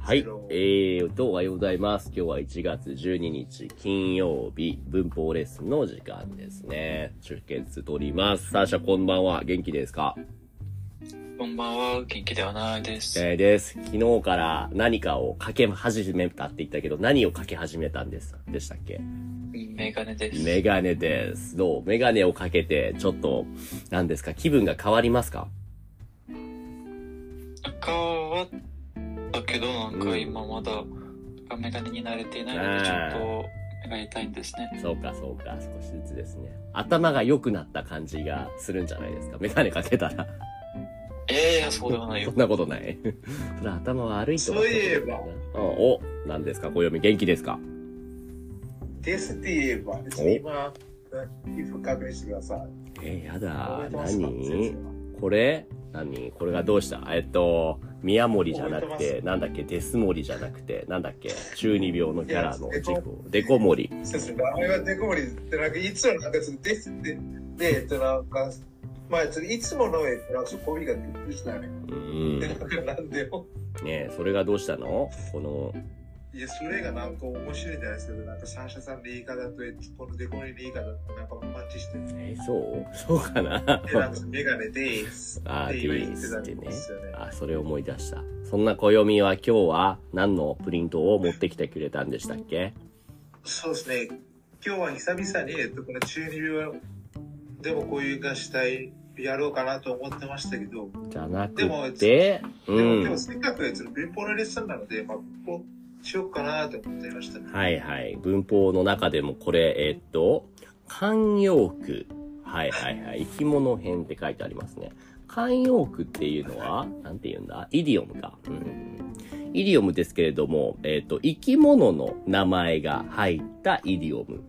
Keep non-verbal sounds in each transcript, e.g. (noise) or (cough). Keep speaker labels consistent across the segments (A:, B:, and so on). A: はい。えーと、おはようございます。今日は1月12日金曜日、文法レッスンの時間ですね。出血取ります。サーシャこんばんは。元気ですか
B: こんばんは、元気ではないです。
A: えーです。昨日から何かをかけ始めたって言ったけど、何をかけ始めたんですでしたっけ
B: メガネです。
A: メガネです。どうメガネをかけて、ちょっと、何ですか気分が変わりますか
B: 赤は、だけどなんか今まだ、メガネに慣れていないの
A: あー
B: で、ちょっと、メガネたいんですね。
A: そうか、そうか。少しずつですね。頭が良くなった感じがするんじゃないですかメガネかけたら。
B: ええいや、そうではない
A: そ
B: よ
A: ん。なことない。 (laughs) それは頭悪いとか
C: そういえ
A: そういうこ
C: ば
A: とだよなうんお、何ですか暦元気ですか
C: ですって言えば、別に今、皮膚確認してください。
A: えーや
C: おめ
A: だ
C: で。とうございます
A: 何これ何これがどうしたえっと、宮森じゃなく
C: 覚え
A: て、なんだっけ、デス森じゃなくて、なんだっけ、中二病のキャラの
C: いや
A: 事故、デコ森。
C: 先生、名前はデコリってなんか、いつもなんか、ですって、
A: (laughs)
C: で、えっと、なんか、まあ、いつもの、えっと、なんかツッコミがびっくりしたね。
A: うん。
C: で、
A: ね
C: なんか、なんでも、
A: えそれがどうしたのこの、
C: いや、それがなんか面白いじゃないですけど、なんか、サンシャさんの言い方と、えっとこのデコリの言い方と、なんか、マッチして、
A: えーそうそうかな
C: で、なんか、メガネです。
A: あー
C: 今言ってたん
A: でーすってね
C: ですよね。
A: あ、それを思い出した。そんな暦は今日は何のプリントを持ってきてくれたんでしたっけ
C: そうですね。今日は久々に、えっと、この中二病でもこういうがしたい、やろうかなと思ってましたけど、
A: じゃなく
C: でも
A: て、
C: で
A: う
C: も、でも
A: ん。
C: せっかくやつの文法のレッスンなので、まあ、ここしようかなと思ってましたね。
A: はいはい。文法の中でもこれ、えっと、慣用句。はいはいはい。生き物編って書いてありますね。慣用句っていうのは、なんて言うんだイディオムか。うん。イディオムですけれども、えっと、生き物の名前が入ったイディオム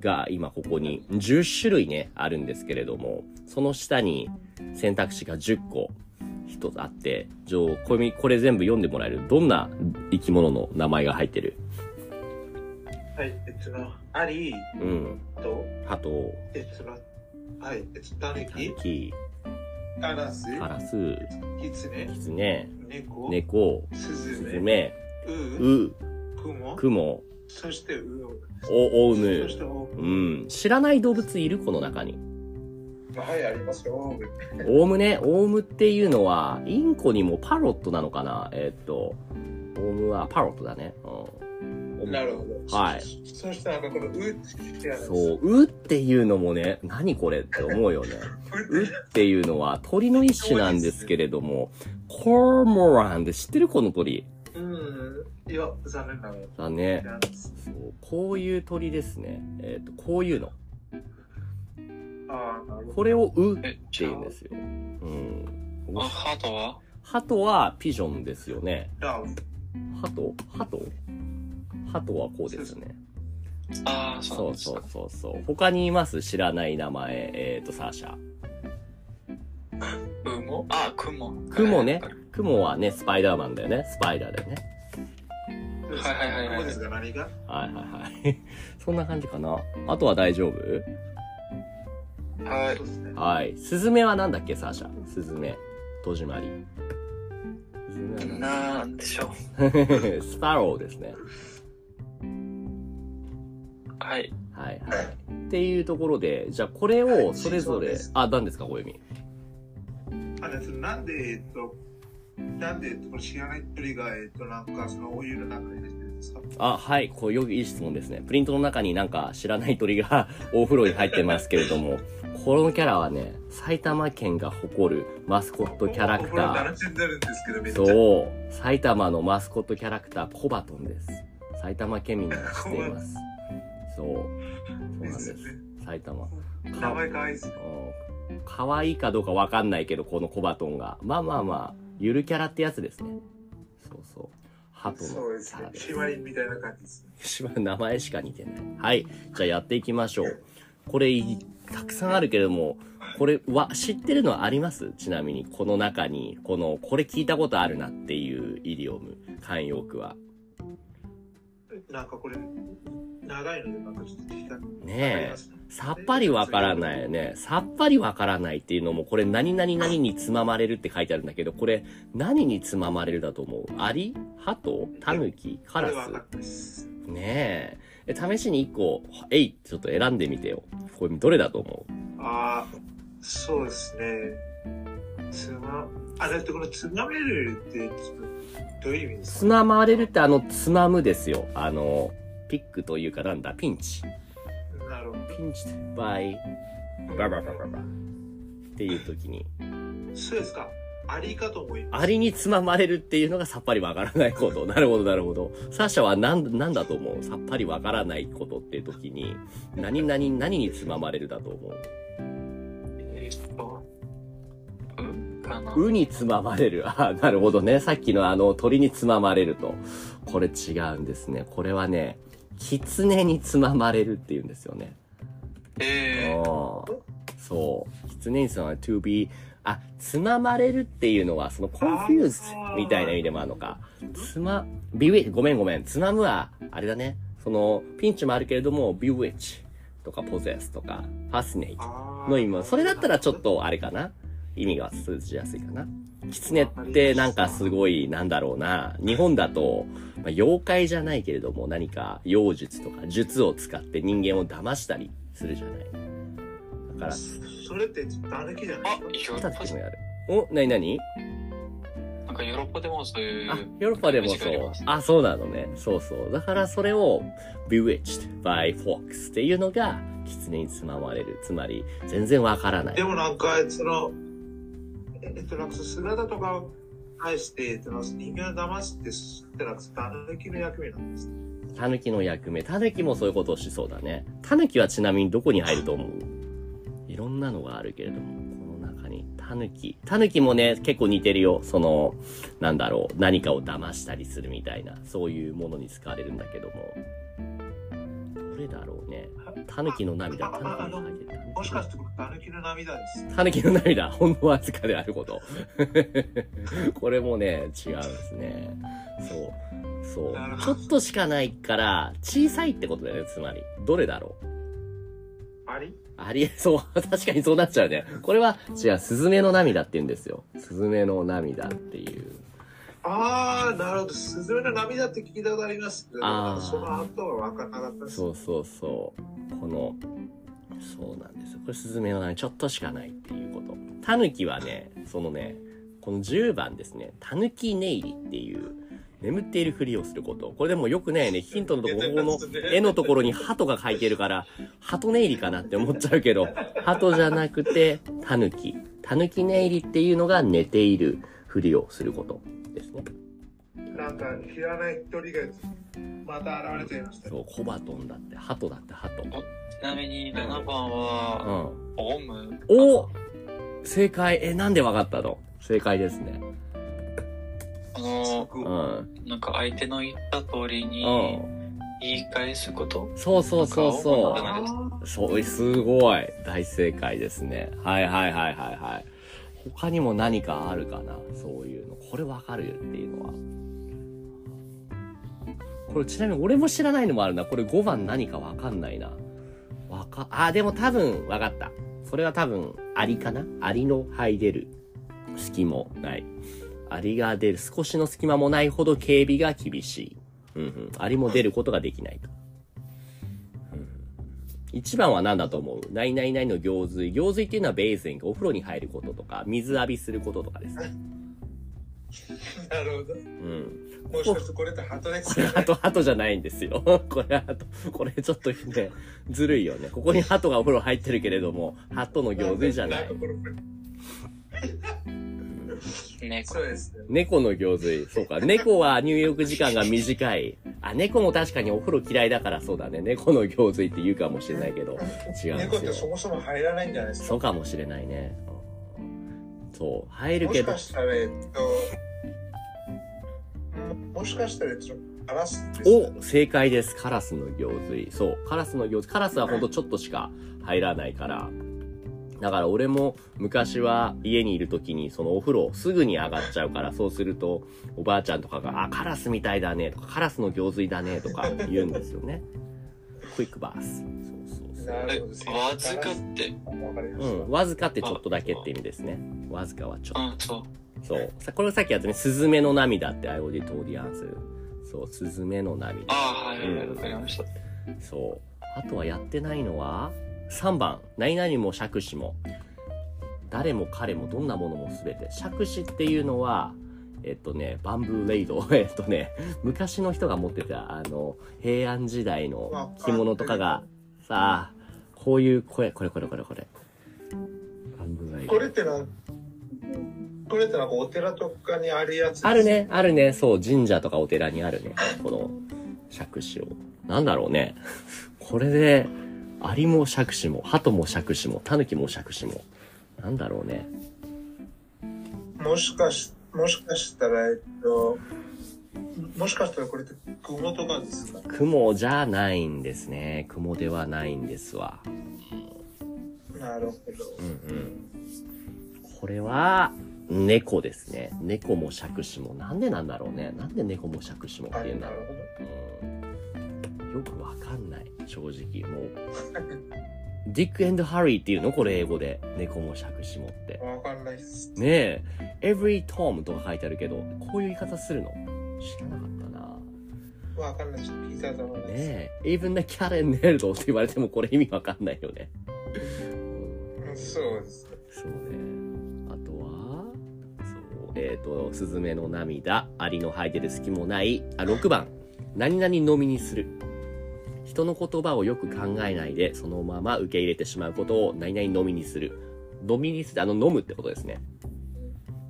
A: が今ここに10種類ね、あるんですけれども、その下に選択肢が10個一つあって、じゃあ、これこれ全部読んでもらえるどんな生き物の名前が入ってる
C: はい、えっとな、アリ
A: うん。
C: と、
A: ハト、
C: えっとな、はい、えっと、タヌ
A: タ
C: キ
A: ヌ、キ、
C: カラス、
A: カラス、
C: キツネ、
A: キツネ、
C: 猫、
A: 猫、
C: ス
A: ス
C: ズ
A: ズ
C: メ、
A: メ、
C: ウ、
A: ウ、
C: クモ、
A: クモ、
C: そしてウオ、
A: オオウ
C: そ
A: ム
C: し。てオウ
A: う
C: ム。
A: ん。知らない動物いるこの中に。
C: はい、ありますよ、オウム。
A: オウムね。オウムっていうのは、インコにもパロットなのかなえーっと、オウムはパロットだね。うんオウム。
C: なるほど。
A: はい
C: そしてなんかこのウって聞きやすい。
A: そう、ウっていうのもね、何これって思うよね。
C: う
A: ウっていうのは鳥の一種なんですけれども、コーモランって知ってるこの鳥。
C: うん、いや、残念ながら。
A: だね。
C: なんです
A: そうこういう鳥ですね。えっ、と、こういうの。
C: ああ、なるほど。
A: これをうって
B: え、じゃ
A: 言うんですよ。うん。
B: あ、あ、ハートは
A: ハトはピジョンですよね。
C: ラウ
A: ハトハトハトはこうですね。
B: ああ、そうな
A: そ
B: ん
A: う
B: です
A: そ
B: か
A: う。そうそう。他にいます知らない名前。えっ、と、サーシャ。
B: うもあ、くも。
A: クモね
B: は
A: クモはね、スパイダーマンだよね。スパイダーだよね。
B: いはいはいは
C: ど
B: いう
C: で。すか、何が
A: はいはい (laughs) はい。そんな感じかな。あとは大丈夫
B: はい
C: そう。ですね。
A: はい。スズメはなんだっけ、サーシャ。スズメ。戸締まり。スズメは何だっけ
B: (laughs) なんでしょう。
A: スパローですね。
B: はい。
A: はいはい。っていうところで、じゃあこれをそれぞ
C: そう
A: れ
C: です、
A: あ、何ですか、小み
C: あれ、そのなんで、えっと、なんで、えっと、これ知らない鳥が、えっと、なんか、そのお湯の中に入ってるんですか
A: あ、はい、こう、よくいい質問ですね。プリントの中になんか知らない鳥が (laughs) お風呂に入ってますけれども、このキャラはね、埼玉県が誇るマスコットキャラク
C: これ
A: タ
C: 楽しんでるんですけど、め
A: ー。
C: っちゃ。
A: そう、埼玉のマスコットキャラクター、コバトンです。埼玉県民が知ってい
C: (laughs)
A: ます。そう。そうなんです
C: いいです。
A: 埼玉。
C: 名前かわいいですね。
A: うん可愛いかどうかわかんないけど、このコバトンが。まあまあまあ、ゆるキャラってやつですね。そうそう。ハトの
C: そうで
A: キ
C: す
A: ャラ
C: ね。
A: です。
C: シマリンみたいな感じですね。
A: しまう名前しか似てない。はい。じゃあやっていきましょう。これ、いたくさんあるけれども、これは、知ってるのはありますちなみに、この中に、この、これ聞いたことあるなっていうイディオム、慣用句は。
C: なんかこれ、長いので、なんかちょっと聞きたくなり
A: ねえ
C: ま。すね。
A: さっぱりわからないよね。さっぱりわからないっていうのも、これ何々何につままれるって書いてあるんだけど、これ何につままれるだと思うアリハトタヌキカラ
C: これは分か
A: ス
C: ったです。
A: ねえ。え試しに一個、えいちょっと選んでみてよ。これどれだと思う
C: ああ、そうですね。つま、あれってこのつまめるって、ちょっと、どういう意味です
A: つ
C: か
A: ままれるってあの、つまむですよ。あの、ピックというかなんだ、ピンチ。
C: なるほ
A: ピンチバイ、バババババ。っていう時に、
C: ど。そうですか。ありかと思います。
A: アリにつままれるっていうのがさっぱりわからないこと。 (laughs) なるほど、なるほど。サーシャはなん、なんだと思うさっぱりわからないことって時に、何々、何につままれるだと思
B: えーっと、うかな。
A: ううにつままれる。あーなるほどね。さっきのあの、鳥につままれると。これ違うんですね。これはね、狐につままれるっていうんですよね。
B: え
A: うんそう。狐につままれる。to be あ、つままれるっていうのは、その、コンフューズみたいな意味でもあるのか。つま、ビウィごめんごめん。つまむは、あれだね。その、ピンチもあるけれども、ビウィッチとか、ポゼスとか、ファスネイト
C: あー
A: の意味も、それだったらちょっ。と、あれかな。意味が通じやすいかな。狐ってなんかすごい、なんだろうな。日本だと、まあ、妖怪じゃないけれども、何か妖術とか術を使って人間を騙したりするじゃない。だから、
C: それって、ちょっと歩きじゃ
B: ー、
C: な
B: あ
C: いで、
B: ヨーロ
A: 二つも
B: ッ
A: やる。お、なになに
B: パ、なんかヨーロッパでもそういう。
A: あ、ヨーロッパでもそ
B: 違いうます。
A: あ、そうなのね。そうそう。だからそれを、bewitched by fox っていうのが、狐につままれる。つまり、全然わからな
C: すか。
A: い
C: で。もなんか、その、えっと、なんか、姿とかを対して、えっと、なんか人間を騙すって、ってなんか、歩きの役目なんです。
A: 狸の役目。狸もそういうことをしそうだね。狸はちなみにどこに入ると思ういろんなのがあるけれども、この中に狸。狸もね、結構似てるよ。その、なんだろう。何かを騙したりするみたいな、そういうものに使われるんだけども。どれだろうね。狸の涙、狸の涙。
C: もしかして、これ、歩きの涙です。
A: タヌキの涙、ほんのわずかであること。 (laughs) これもね、違うんですね。そう。そう
C: なる。
A: ちょ
C: ほど
A: っとしかないから、小さいってことだよね、つまり。どれだろう
C: あり
A: ありえ (laughs) そう。確かにそうなっちゃうね。これは、違う、スズメの涙って言うんですよ。スズメの涙っていう。
C: ああ、なるほど。スズメの涙って聞いたことありますけど、
A: あー
C: その後は分からなかったです。
A: そうそうそう。この、そうなんですよ。これスズメのね、ちょっとしかないっていうこと。タヌキはね、そのね、この10番ですね、タヌキネイリっていう、眠っているふりをすること。これでもよくね、ね、ヒントのところ、ここの絵のところに鳩が描いてるから、鳩ネイリかなって思っちゃうけど、鳩じゃなくて、タヌキ。タヌキネイリっていうのが寝ているふりをすることですね。
C: なんか、知らない鳥が、また現れちゃいました。
A: そう、コバトンだって、鳩だって鳩。
B: ちなみに7番
A: う
B: は、
A: ん。
B: オウム。
A: お正解。え、なんでわかったの正解ですね。
B: あの、
A: う。
C: うん
B: なんか相手の言った通りに
A: うん。
B: 言い返すこと
A: そうそうそう
B: なん
A: そ
B: か
A: う。そう、すごい。大正解ですね。はいはいはいはいはい。他にも何かあるかなそういうの。これわかるよっていうのは。これちなみに俺も知らないのもあるな。これ5番何かわかんないな。わか、あ、でも多分わかった。これは多分、アリかなアリの這い出る隙もない。アリが出る少しの隙間もないほど警備が厳しい。うんうん。アリも出ることができないと。一番は何だと思うないないないの行水。行水っていうのはベイゼンがお風呂に入ることとか、水浴びすることとかですね。
C: なるほ
A: うん。 (laughs)
C: ど。もしかしてこれってハトです
A: これ
C: よね。
A: ハト、ハトじゃないんですよ。 (laughs) これハト、これちょっとね、ずるいよね。ここにハトがお風呂入ってるけれども、ハトの行水じゃない
C: ん。かこれ
B: 猫
C: そうですね。
A: 猫の行水。そうか。猫は入浴時間が短い。あ、猫も確かにお風呂嫌いだからそうだね。猫の行水って言うかもしれないけど、違うんですよ。
C: 猫ってそもそも入らないんじゃないです
A: そ
C: か。
A: うかもしれないね。うんそう。入る
C: も
A: け
C: し
A: ど
C: か、したら、えっと、もしかしたら、ちょっと、アラスですね
A: お正解です。カラスの行水。そう。カラスの行水。カラスはほんとちょっとしか入らないから。だから俺も昔は家にいる時にそのお風呂すぐに上がっちゃうから、そうするとおばあちゃんとかが、あ、カラスみたいだねとか、カラスの行水だねとか言うんですよね。クイックバース。そうそうそう。
B: あれ、わずかって。
C: わかりま
A: う
C: した。
A: ん、わずかってちょっとだけって意味ですね。わずかはちょっ
B: うん、そう。
A: と。そう。さこれさっきやったね、スズメの涙ってアイオディトーディアンス。そう、スズメの涙。
B: ああ、はいはいはい、わかりました。
A: そう。あとはやってないのは、3番、何々も杓子も。誰も彼もどんなものもすべて。杓子っていうのは、えっとね、バンブーレイド。 (laughs) えっとね、昔の人が持ってた、あの、平安時代の着物とかが、さあ、こういう声、これこれこれこれ。バンブーレイド
C: これってな、これってなんかお寺とかにあるやつです
A: ある。ね、あるね。そう、神社とかお寺にあるね。この、杓子を。なんだろうね。 (laughs) これで、アリも杓子も、鳩も杓子も、タヌキも杓子も。なんだろうね。
C: もしかし、もしかしたら、えっと、もしかしたらこれって雲とかですか
A: 雲じゃないんですね。雲ではないんですわ。
C: なるほ
A: うんうん。これは、猫ですね。猫も杓子も。なんでなんだろうね。なんで猫も杓子も
C: ど。
A: っていうんだ
C: な
A: ろう
C: る。ほど。
A: うんよくわかんない正直もうディックハリーっていうのこれ英語で猫も杓子もって
C: わかんないっす。
A: ねえ Every Tom とか書いてあるけどこういう言い方するの知らなかったな
C: わかんない。ちょっと聞いたことないです。
A: ねえ Even the cat and the dog って言われてもこれ意味わかんないよねうん
C: うんそうです。
A: そうねあとはそうえっ、と「スズメの涙」「アリの吐いてる隙もない」あ6番「何々飲みにする」人の言葉をよく考えないでそのまま受け入れてしまうことを「何々飲みにする」飲みにするあの飲むってことですね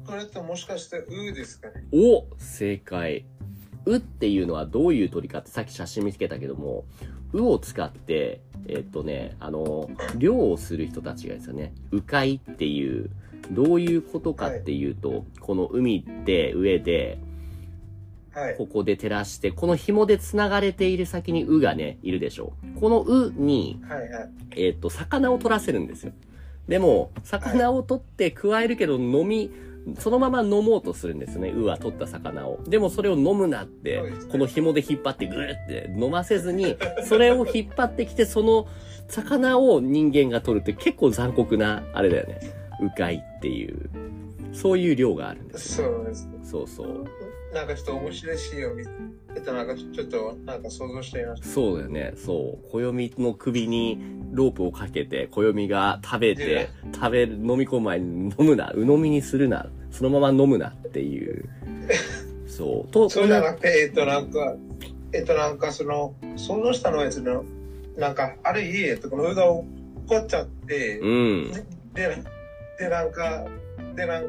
C: これってもしかして、うーですかね。
A: お正解「う」っていうのはどういう鳥かってさっき写真見つけたけども「う」を使ってえっとねあの漁をする人たちがですよね「鵜飼い」っていうどういうことかっていうと、この海って上で
C: はい。
A: ここで照らしてこの紐でつながれている先に「う」がねいるでしょうこの「う」に
C: はいはい。
A: えっと、魚を取らせるんですよ。でも、魚を取って加えるけど飲み、そのまま飲もうとするんですね。うわ、取った魚を。でもそれを飲むなって
C: そうです、ね
A: この紐で引っ張ってぐーって飲ませずに、それを引っ張ってきて、その魚を人間が取るって結構残酷な、あれだよね。迂回っていう、そういう量があるんですよ。
C: そうです。
A: そうそう。
C: なんかちょっと面白いシーンを見てたなんかちょっとなんか想像しちゃいまし
A: そうだよね。そう。暦の首にロープをかけて、暦が食べて、食べる、飲み込む前に飲むな、鵜呑みにするな、そのまま飲むなっていう。そう。と、
C: た。そうじゃなくて、えっとなんか、えっとなんかその、想像したのはやつの、なんかある日、えっとこの上が怒っちゃって、
A: うん。
C: で、でなんか、でなんか、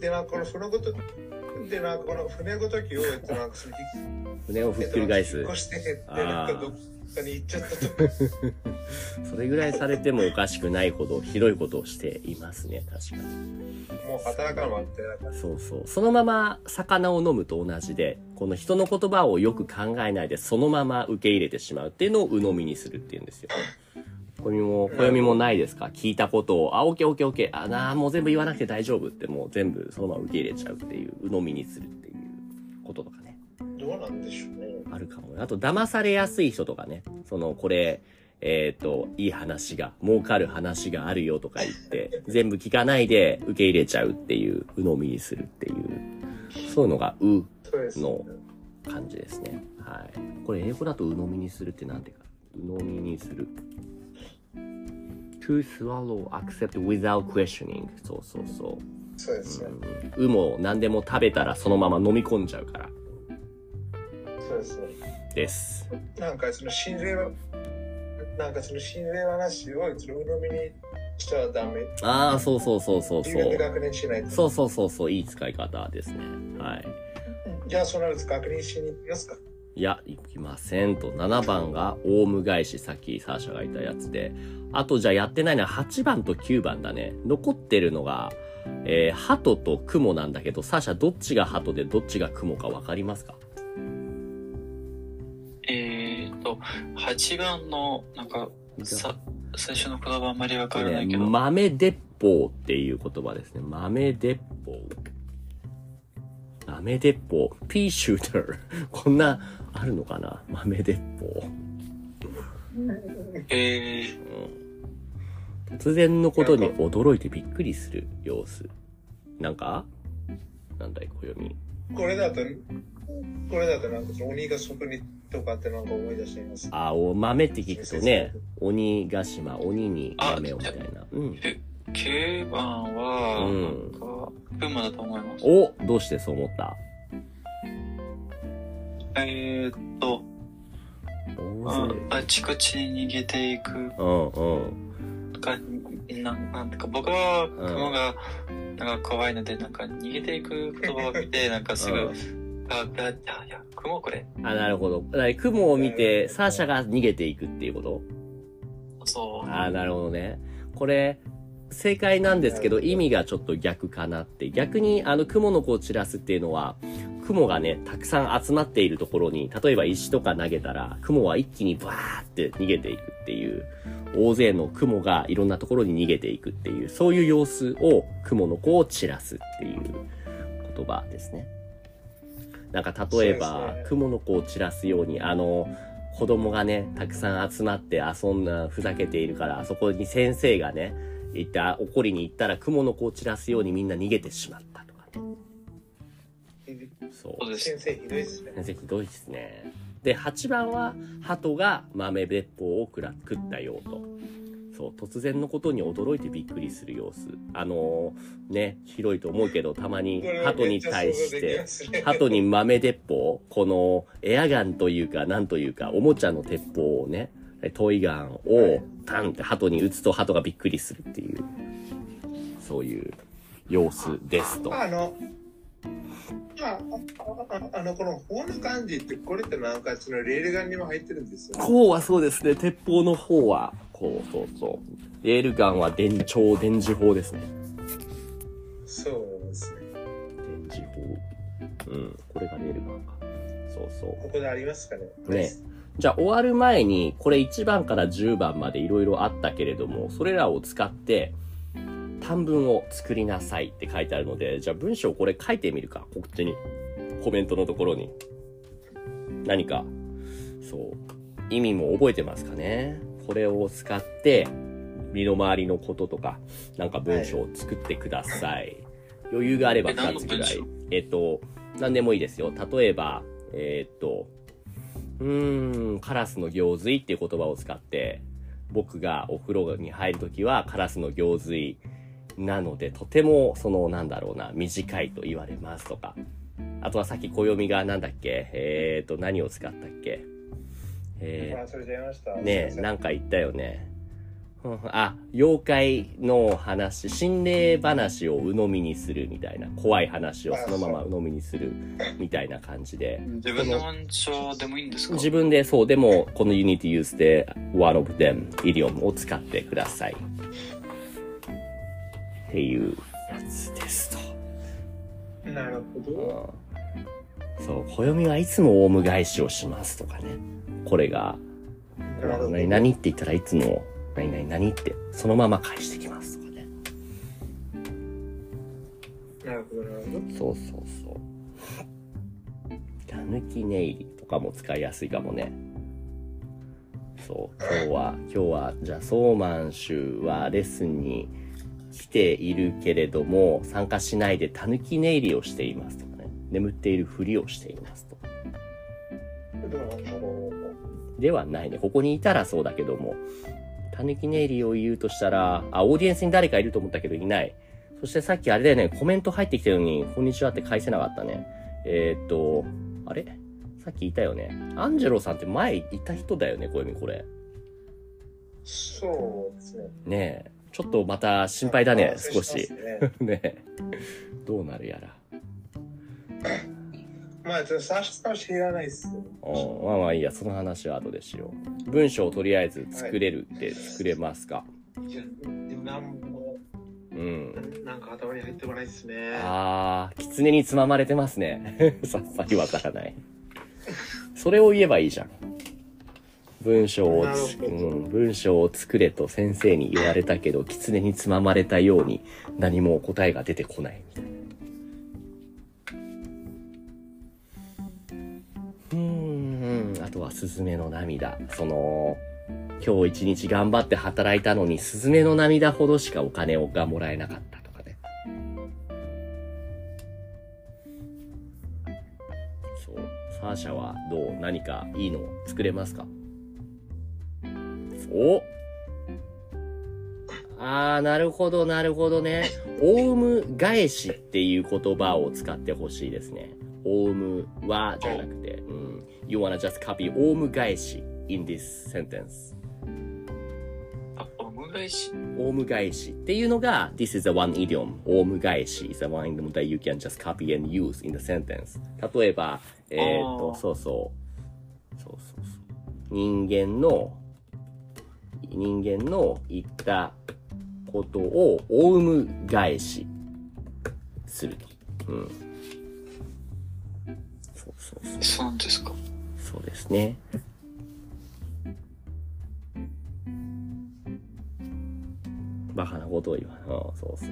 C: でなんかこの船ごと、でなんかこの船ごときを、えっとなんかその、
A: 船をひ
C: えっ
A: っ
C: と
A: くり
C: なんか
A: 返
C: 引
A: す
C: っ。越して、で
A: あー
C: なんかどっかに行っちゃったと。
A: それぐらいされてもおかしくないほどひどいことをしていますね、確かに。
C: もう働かんわみたいな感
A: そうそう。そのまま魚を飲むと同じで、この人の言葉をよく考えないで、そのまま受け入れてしまうっていうのを鵜呑みにするっていうんですよ。暦も、暦もないですか聞いたことを、あ、オッケーオッケーオッケー、あ、なあ、もう全部言わなくて大丈夫って、もう全部そのまま受け入れちゃうっていう、鵜呑みにするっていうこととかね。
C: じ。どうなんでしょうね。
A: あるかもね。あと、騙されやすい人とかね。その、これ、えっ、と、いい話が、儲かる話があるよとか言 (laughs) って、全部聞かないで受け入れちゃうっていう、鵜呑みにするっていう、そういうのが、う
C: そうです、ね。
A: の感じですね。はい。これ、英語だと鵜呑みにするってなんてか。鵜呑みにする。to swallow, accept without questioning. そうそうそう。
C: そうですね。
A: うん、うも何でも食べたらそのまま飲み込んじゃうから。
C: そうですね。
A: です。
C: なんかその心霊のなんかその心霊の話をその鵜呑みにしちゃダメ
A: ああ、そうそうそうそうそ
C: 自分で
A: う。
C: 確認しないと
A: そうそうそうそう、いい使い方ですね。はい。
C: じゃあそのやつ確認しに行きますか
A: いや、行きませんと。7番がオウム返し、さっきサーシャがいたやつで。あと、じゃあやってないのは8番と9番だね。残ってるのが、えー、鳩と雲なんだけど、サーシャどっちが鳩でどっちが雲かわかりますか
B: えーと、8番の、なんか、さ、最初の言葉あんまりわからないけど、
A: 豆鉄砲っていう言葉ですね。豆鉄砲。豆鉄砲。 (laughs) ピーシューター。こんな、あるのかな豆鉄砲。
B: えー、
A: うん突然のことに驚いてびっくりする様子。なんかなんだい、暦。
C: これだと、これだとなんか鬼ヶ職人とかってなんか思い出しちゃいます。
A: あ、お豆って聞くとね、鬼ヶ島、鬼に豆をみたいな。うん。
B: 9番は、
A: うん
B: なんか、群馬だと思います。
A: おどうしてそう思った
B: えーっと、
A: 大
B: あ
A: 勢。
B: あちこちに逃げていく
A: うんうん。
B: か、なんなんていうか、僕は
A: ん
B: 雲が、なんか怖いので、なんか逃げていく言葉を見
A: (laughs)
B: て、なんかすぐ、あ、だ、いや、いや、雲これ。
A: あ、なるほど。だから雲を見て、サーシャが逃げていくっていうこと
B: そう。
A: ああ、なるほどね。これ、正解なんですけど、
C: なるほど
A: 意味がちょっと逆かなって。逆に、あの、雲の子を散らすっていうのは、雲がね、たくさん集まっているところに、例えば石とか投げたら、雲は一気にバーって逃げていくっていう、大勢の雲がいろんなところに逃げていくっていう、そういう様子を雲の子を散らすっていう言葉ですね。なんか例え
C: そうで
A: ば、
C: すね
A: 雲の子を散らすように、あの、子供がね、たくさん集まって遊んだ、ふざけているから、あそこに先生がね、行った、怒りに行ったら雲の子を散らすようにみんな逃げてしまったとかね。そう
B: そう。です。
C: 先生ひどいですね。
A: 先生ひどいですね。で、8番は、鳩が豆鉄砲を食ら食ったよと。そう、突然のことに驚いてびっくりする様子。あのーね、広いと思うけど、たまに
C: これは
A: 鳩
C: め
A: に
C: っちゃ
A: 対し
C: 想像でき
A: て
C: ま、すね
A: 鳩に豆鉄砲、このエアガンというか、なんというか、おもちゃの鉄砲をね、トイガンをタンって鳩に撃つと鳩がびっくりするっていう、そういう様子ですと。
C: あの、ああああの、この法の漢字って、これってなんかあっちのレールガンにも入ってるんですよ。
A: こうはそうですね。鉄砲の方は、こうそうそう。レールガンは電超電磁砲ですね。
C: そうですね。
A: 電磁砲。うん。これがレールガンか。そうそう。
C: ここでありますかね。
A: ねじゃあ終わる前に、これ1番から10番までいろいろあったけれども、それらを使って、短文を作りなさいって書いてあるので、じゃあ文章これ書いてみるか。こっちに。コメントのところに。何か、そう、意味も覚えてますかね。これを使って、身の回りのこととか、なんか文章を作ってください。余裕があれば
B: え何の
A: 2つぐらい
B: 文。
A: えっと、何でもいいですよ。例えば、えーっと、うーん、カラスの行水っていう言葉を使って、僕がお風呂に入るときはカラスの行水なので、とても、その、なんだろうな、短いと言われますとか。あとはさっき暦がなんだっけえーと、何を使ったっけえー
C: あ、それちゃいました。
A: ねえ
C: すいま
A: なんか言ったよねふんふんあ妖怪の話心霊話を鵜呑みにするみたいな怖い話をそのまま鵜呑みにするみたいな感じで
B: 自分の文章でもいいんですか
A: 自分でそうでもこの You need to use the one of them idiom を使ってくださいっていうやつですと
C: せんなるほど。
A: うんそう暦はいつもオウム返しをしますとかねこれが
C: なるほど
A: 何々って言ったらいつも何々何ってそのまま返してきますとかね
C: なるほど、なるほど。
A: そうそうそうたぬき寝入りとかも使いやすいかもねそう今日は今日はじゃあソーマン州はレッスンに来ているけれども参加しないでたぬき寝入りをしていますとかね眠っているふりをしていますと
C: どうなんだろう
A: ではないね。ここにいたらそうだけども。たぬきねえりを言うとしたら、あ、オーディエンスに誰かいると思ったけどいない。そしてさっきあれだよね、コメント入ってきたのに、こんにちはって返せなかったね。えー、っと、あれさっきいたよね。アンジェロさんって前いた人だよね、小読みこれ。
C: そうですね。
A: ねえ。ちょっとまた心配だね、
C: あ
A: 少し。。 (laughs)
C: そうます
A: ね
C: ね
A: え。どうなるやら。
C: まあ、ちょっと差しか知らないっすよね。
A: うん、まあまあいいや、その話は後でしよう。文章をとりあえず作れるって作れますか、
C: いやでも、なんも、
A: うん。
C: なんか頭に入ってこないっすね。
A: ああ、狐につままれてますね。 (laughs) さっぱりわからない。それを言えばいいじゃん。文章を
C: なる
A: つ、う
C: ほど
A: ん、文章を作れと先生に言われたけど、狐につままれたように何も答えが出てこないみたいな。うーん、あとはスズメの涙。その、今日一日頑張って働いたのに、スズメの涙ほどしかお金がもらえなかったとかね。そう。サーシャはどう何かいいの作れますかおあー、なるほど、なるほどね。オウム返しっていう言葉を使ってほしいですね。オウムはじゃなくて、うん。You wanna just copy オウム返し in this sentence.
B: あ、オム返し。
A: オウム返しっていうのが、This is a one idiom. オウム返し is a one idiom that you can just copy and use in the sentence. 例えば、えっ、
B: あー
A: と、そうそう。そうそうそう。人間の、人間の言ったことをオウム返しすると。うん。そうそうそう。
B: そうなんですか。
A: そうですね。バカなことを言わない。うんそうそうそう。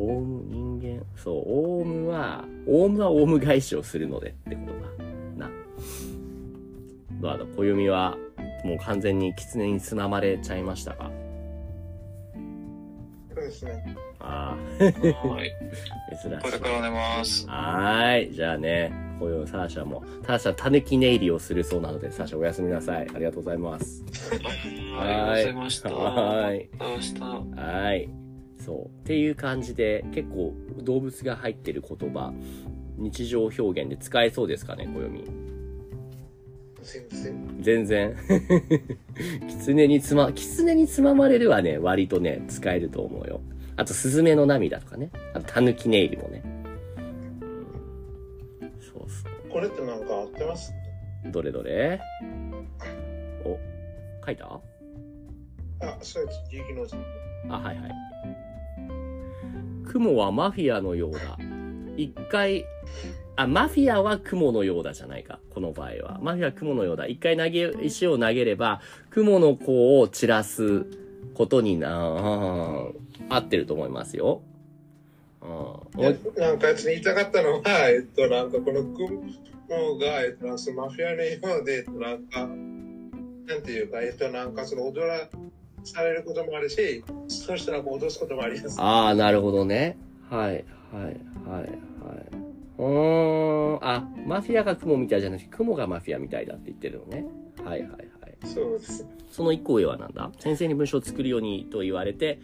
A: オウム、人間、そう、オウムは、オウムはオウム返しをするのでってことだ。な。どうだろう、暦は、もう完全に狐につままれちゃいましたか
C: そうですね。
A: あ (laughs)
B: は
A: あ、
B: い。
A: 珍
B: これ
A: しい
B: か。ら寝ます。
A: はーい。じゃあね、こよサーシャも、サーシャ、たぬき寝入りをするそうなので、サーシャおやすみなさい。ありがとうございます。
B: ありがとうございました。
A: はい
B: また明日。
A: はい。そう。っていう感じで、結構動物が入ってる言葉、日常表現で使えそうですかね、暦。
C: 全
A: 全
C: 然。
A: 然。 (laughs) 狐につま、狐につままれるはね、割とね、使えると思うよ。あと、スズメの涙とかね。あと、タヌキネイルもね。うんそうそう。
C: これってなんか合ってます
A: どれどれお、書いた
C: あ、そうです。利益のじ
A: あ、はいはい。雲はマフィアのようだ。一回、あ、マフィアは雲のようだじゃないか。この場合は。マフィアは雲のようだ。一回投げ、石を投げれば、雲の子を散らすことにな、あー合ってると思いますよ。うん。おい
C: なんか言いたかったのは、 (laughs) えっと、なんかこの雲が、えっと、なんかそのマフィアのようで、えっと、なんか、なんていうか、えっと、なんかその踊らされることもあるし、そしたらもう脅すこともあります。
A: ああ、なるほどね。はい、はい、はい、はい。うーん。あ、マフィアが雲みたいじゃなくて、雲がマフィアみたいだって言ってるのね。はい、はい、はい。
C: そうです。
A: その一個上はなんだ先生に文章を作るようにと言われて、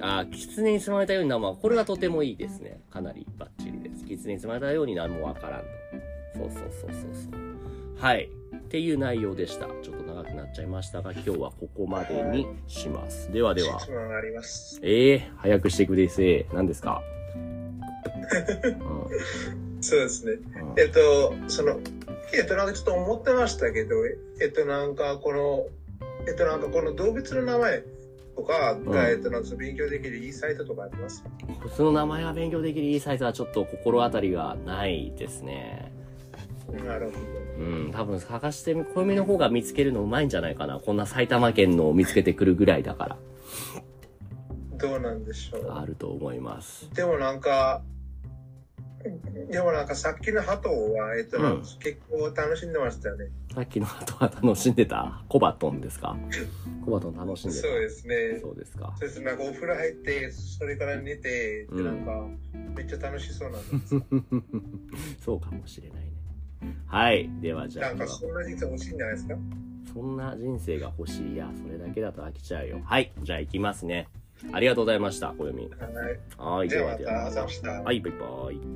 A: あー、狐につまれたようになるのは、これはとてもいいですね。かなりバッチリです。狐につまれたように何もわからんと。そうそうそうそうそう。はい。っていう内容でした。ちょっと長くなっちゃいましたが、今日はここまでにします。ではでは。
C: 質問があります。
A: ええー、早くしてくれせ。何ですか、うん
C: そうですね。
A: うん
C: えっと、その、えっと、なんかちょっと思ってましたけど、えっと、なんかこの、えっと、なんかこの動物の名前と
A: う
C: かが、
A: ん
C: えっと、なんか勉強できるいいサイトとかあります
A: こいつの名前は勉強できるいいサイズはちょっと心当たりがないですね。
C: なるほど。
A: うん、多分探してみ、暦の方が見つけるのうまいんじゃないかな。こんな埼玉県のを見つけてくるぐらいだか
C: どうなんでしょう。
A: ら、あると思います。
C: でもなんか、でもなんかさっきのハトは、えっと、
A: うん
C: 結構楽しんでましたよね。
A: さっきの後は楽しんでたコバトンですかコバトン楽しんでた
C: そうですね。
A: そうですか。 (laughs)
C: そうですなんかお風呂入って、それから寝て、
A: う
C: で
A: ん
C: なんか、めっちゃ楽しそうなんです。
A: そうかもしれないね。はい。では (laughs) じゃあ今日
C: なん
A: は
C: かそんな人生欲しいんじゃないですか
A: そんな人生が欲しい。いや、それだけだと飽きちゃうよ。はい。じゃあ行きますね。ありがとうございました、暦。
C: はい。
A: はい。
C: で
A: で
C: は
A: は
C: ま
A: で
C: た
A: は。
C: 朝明日。
A: はい、バイバイ。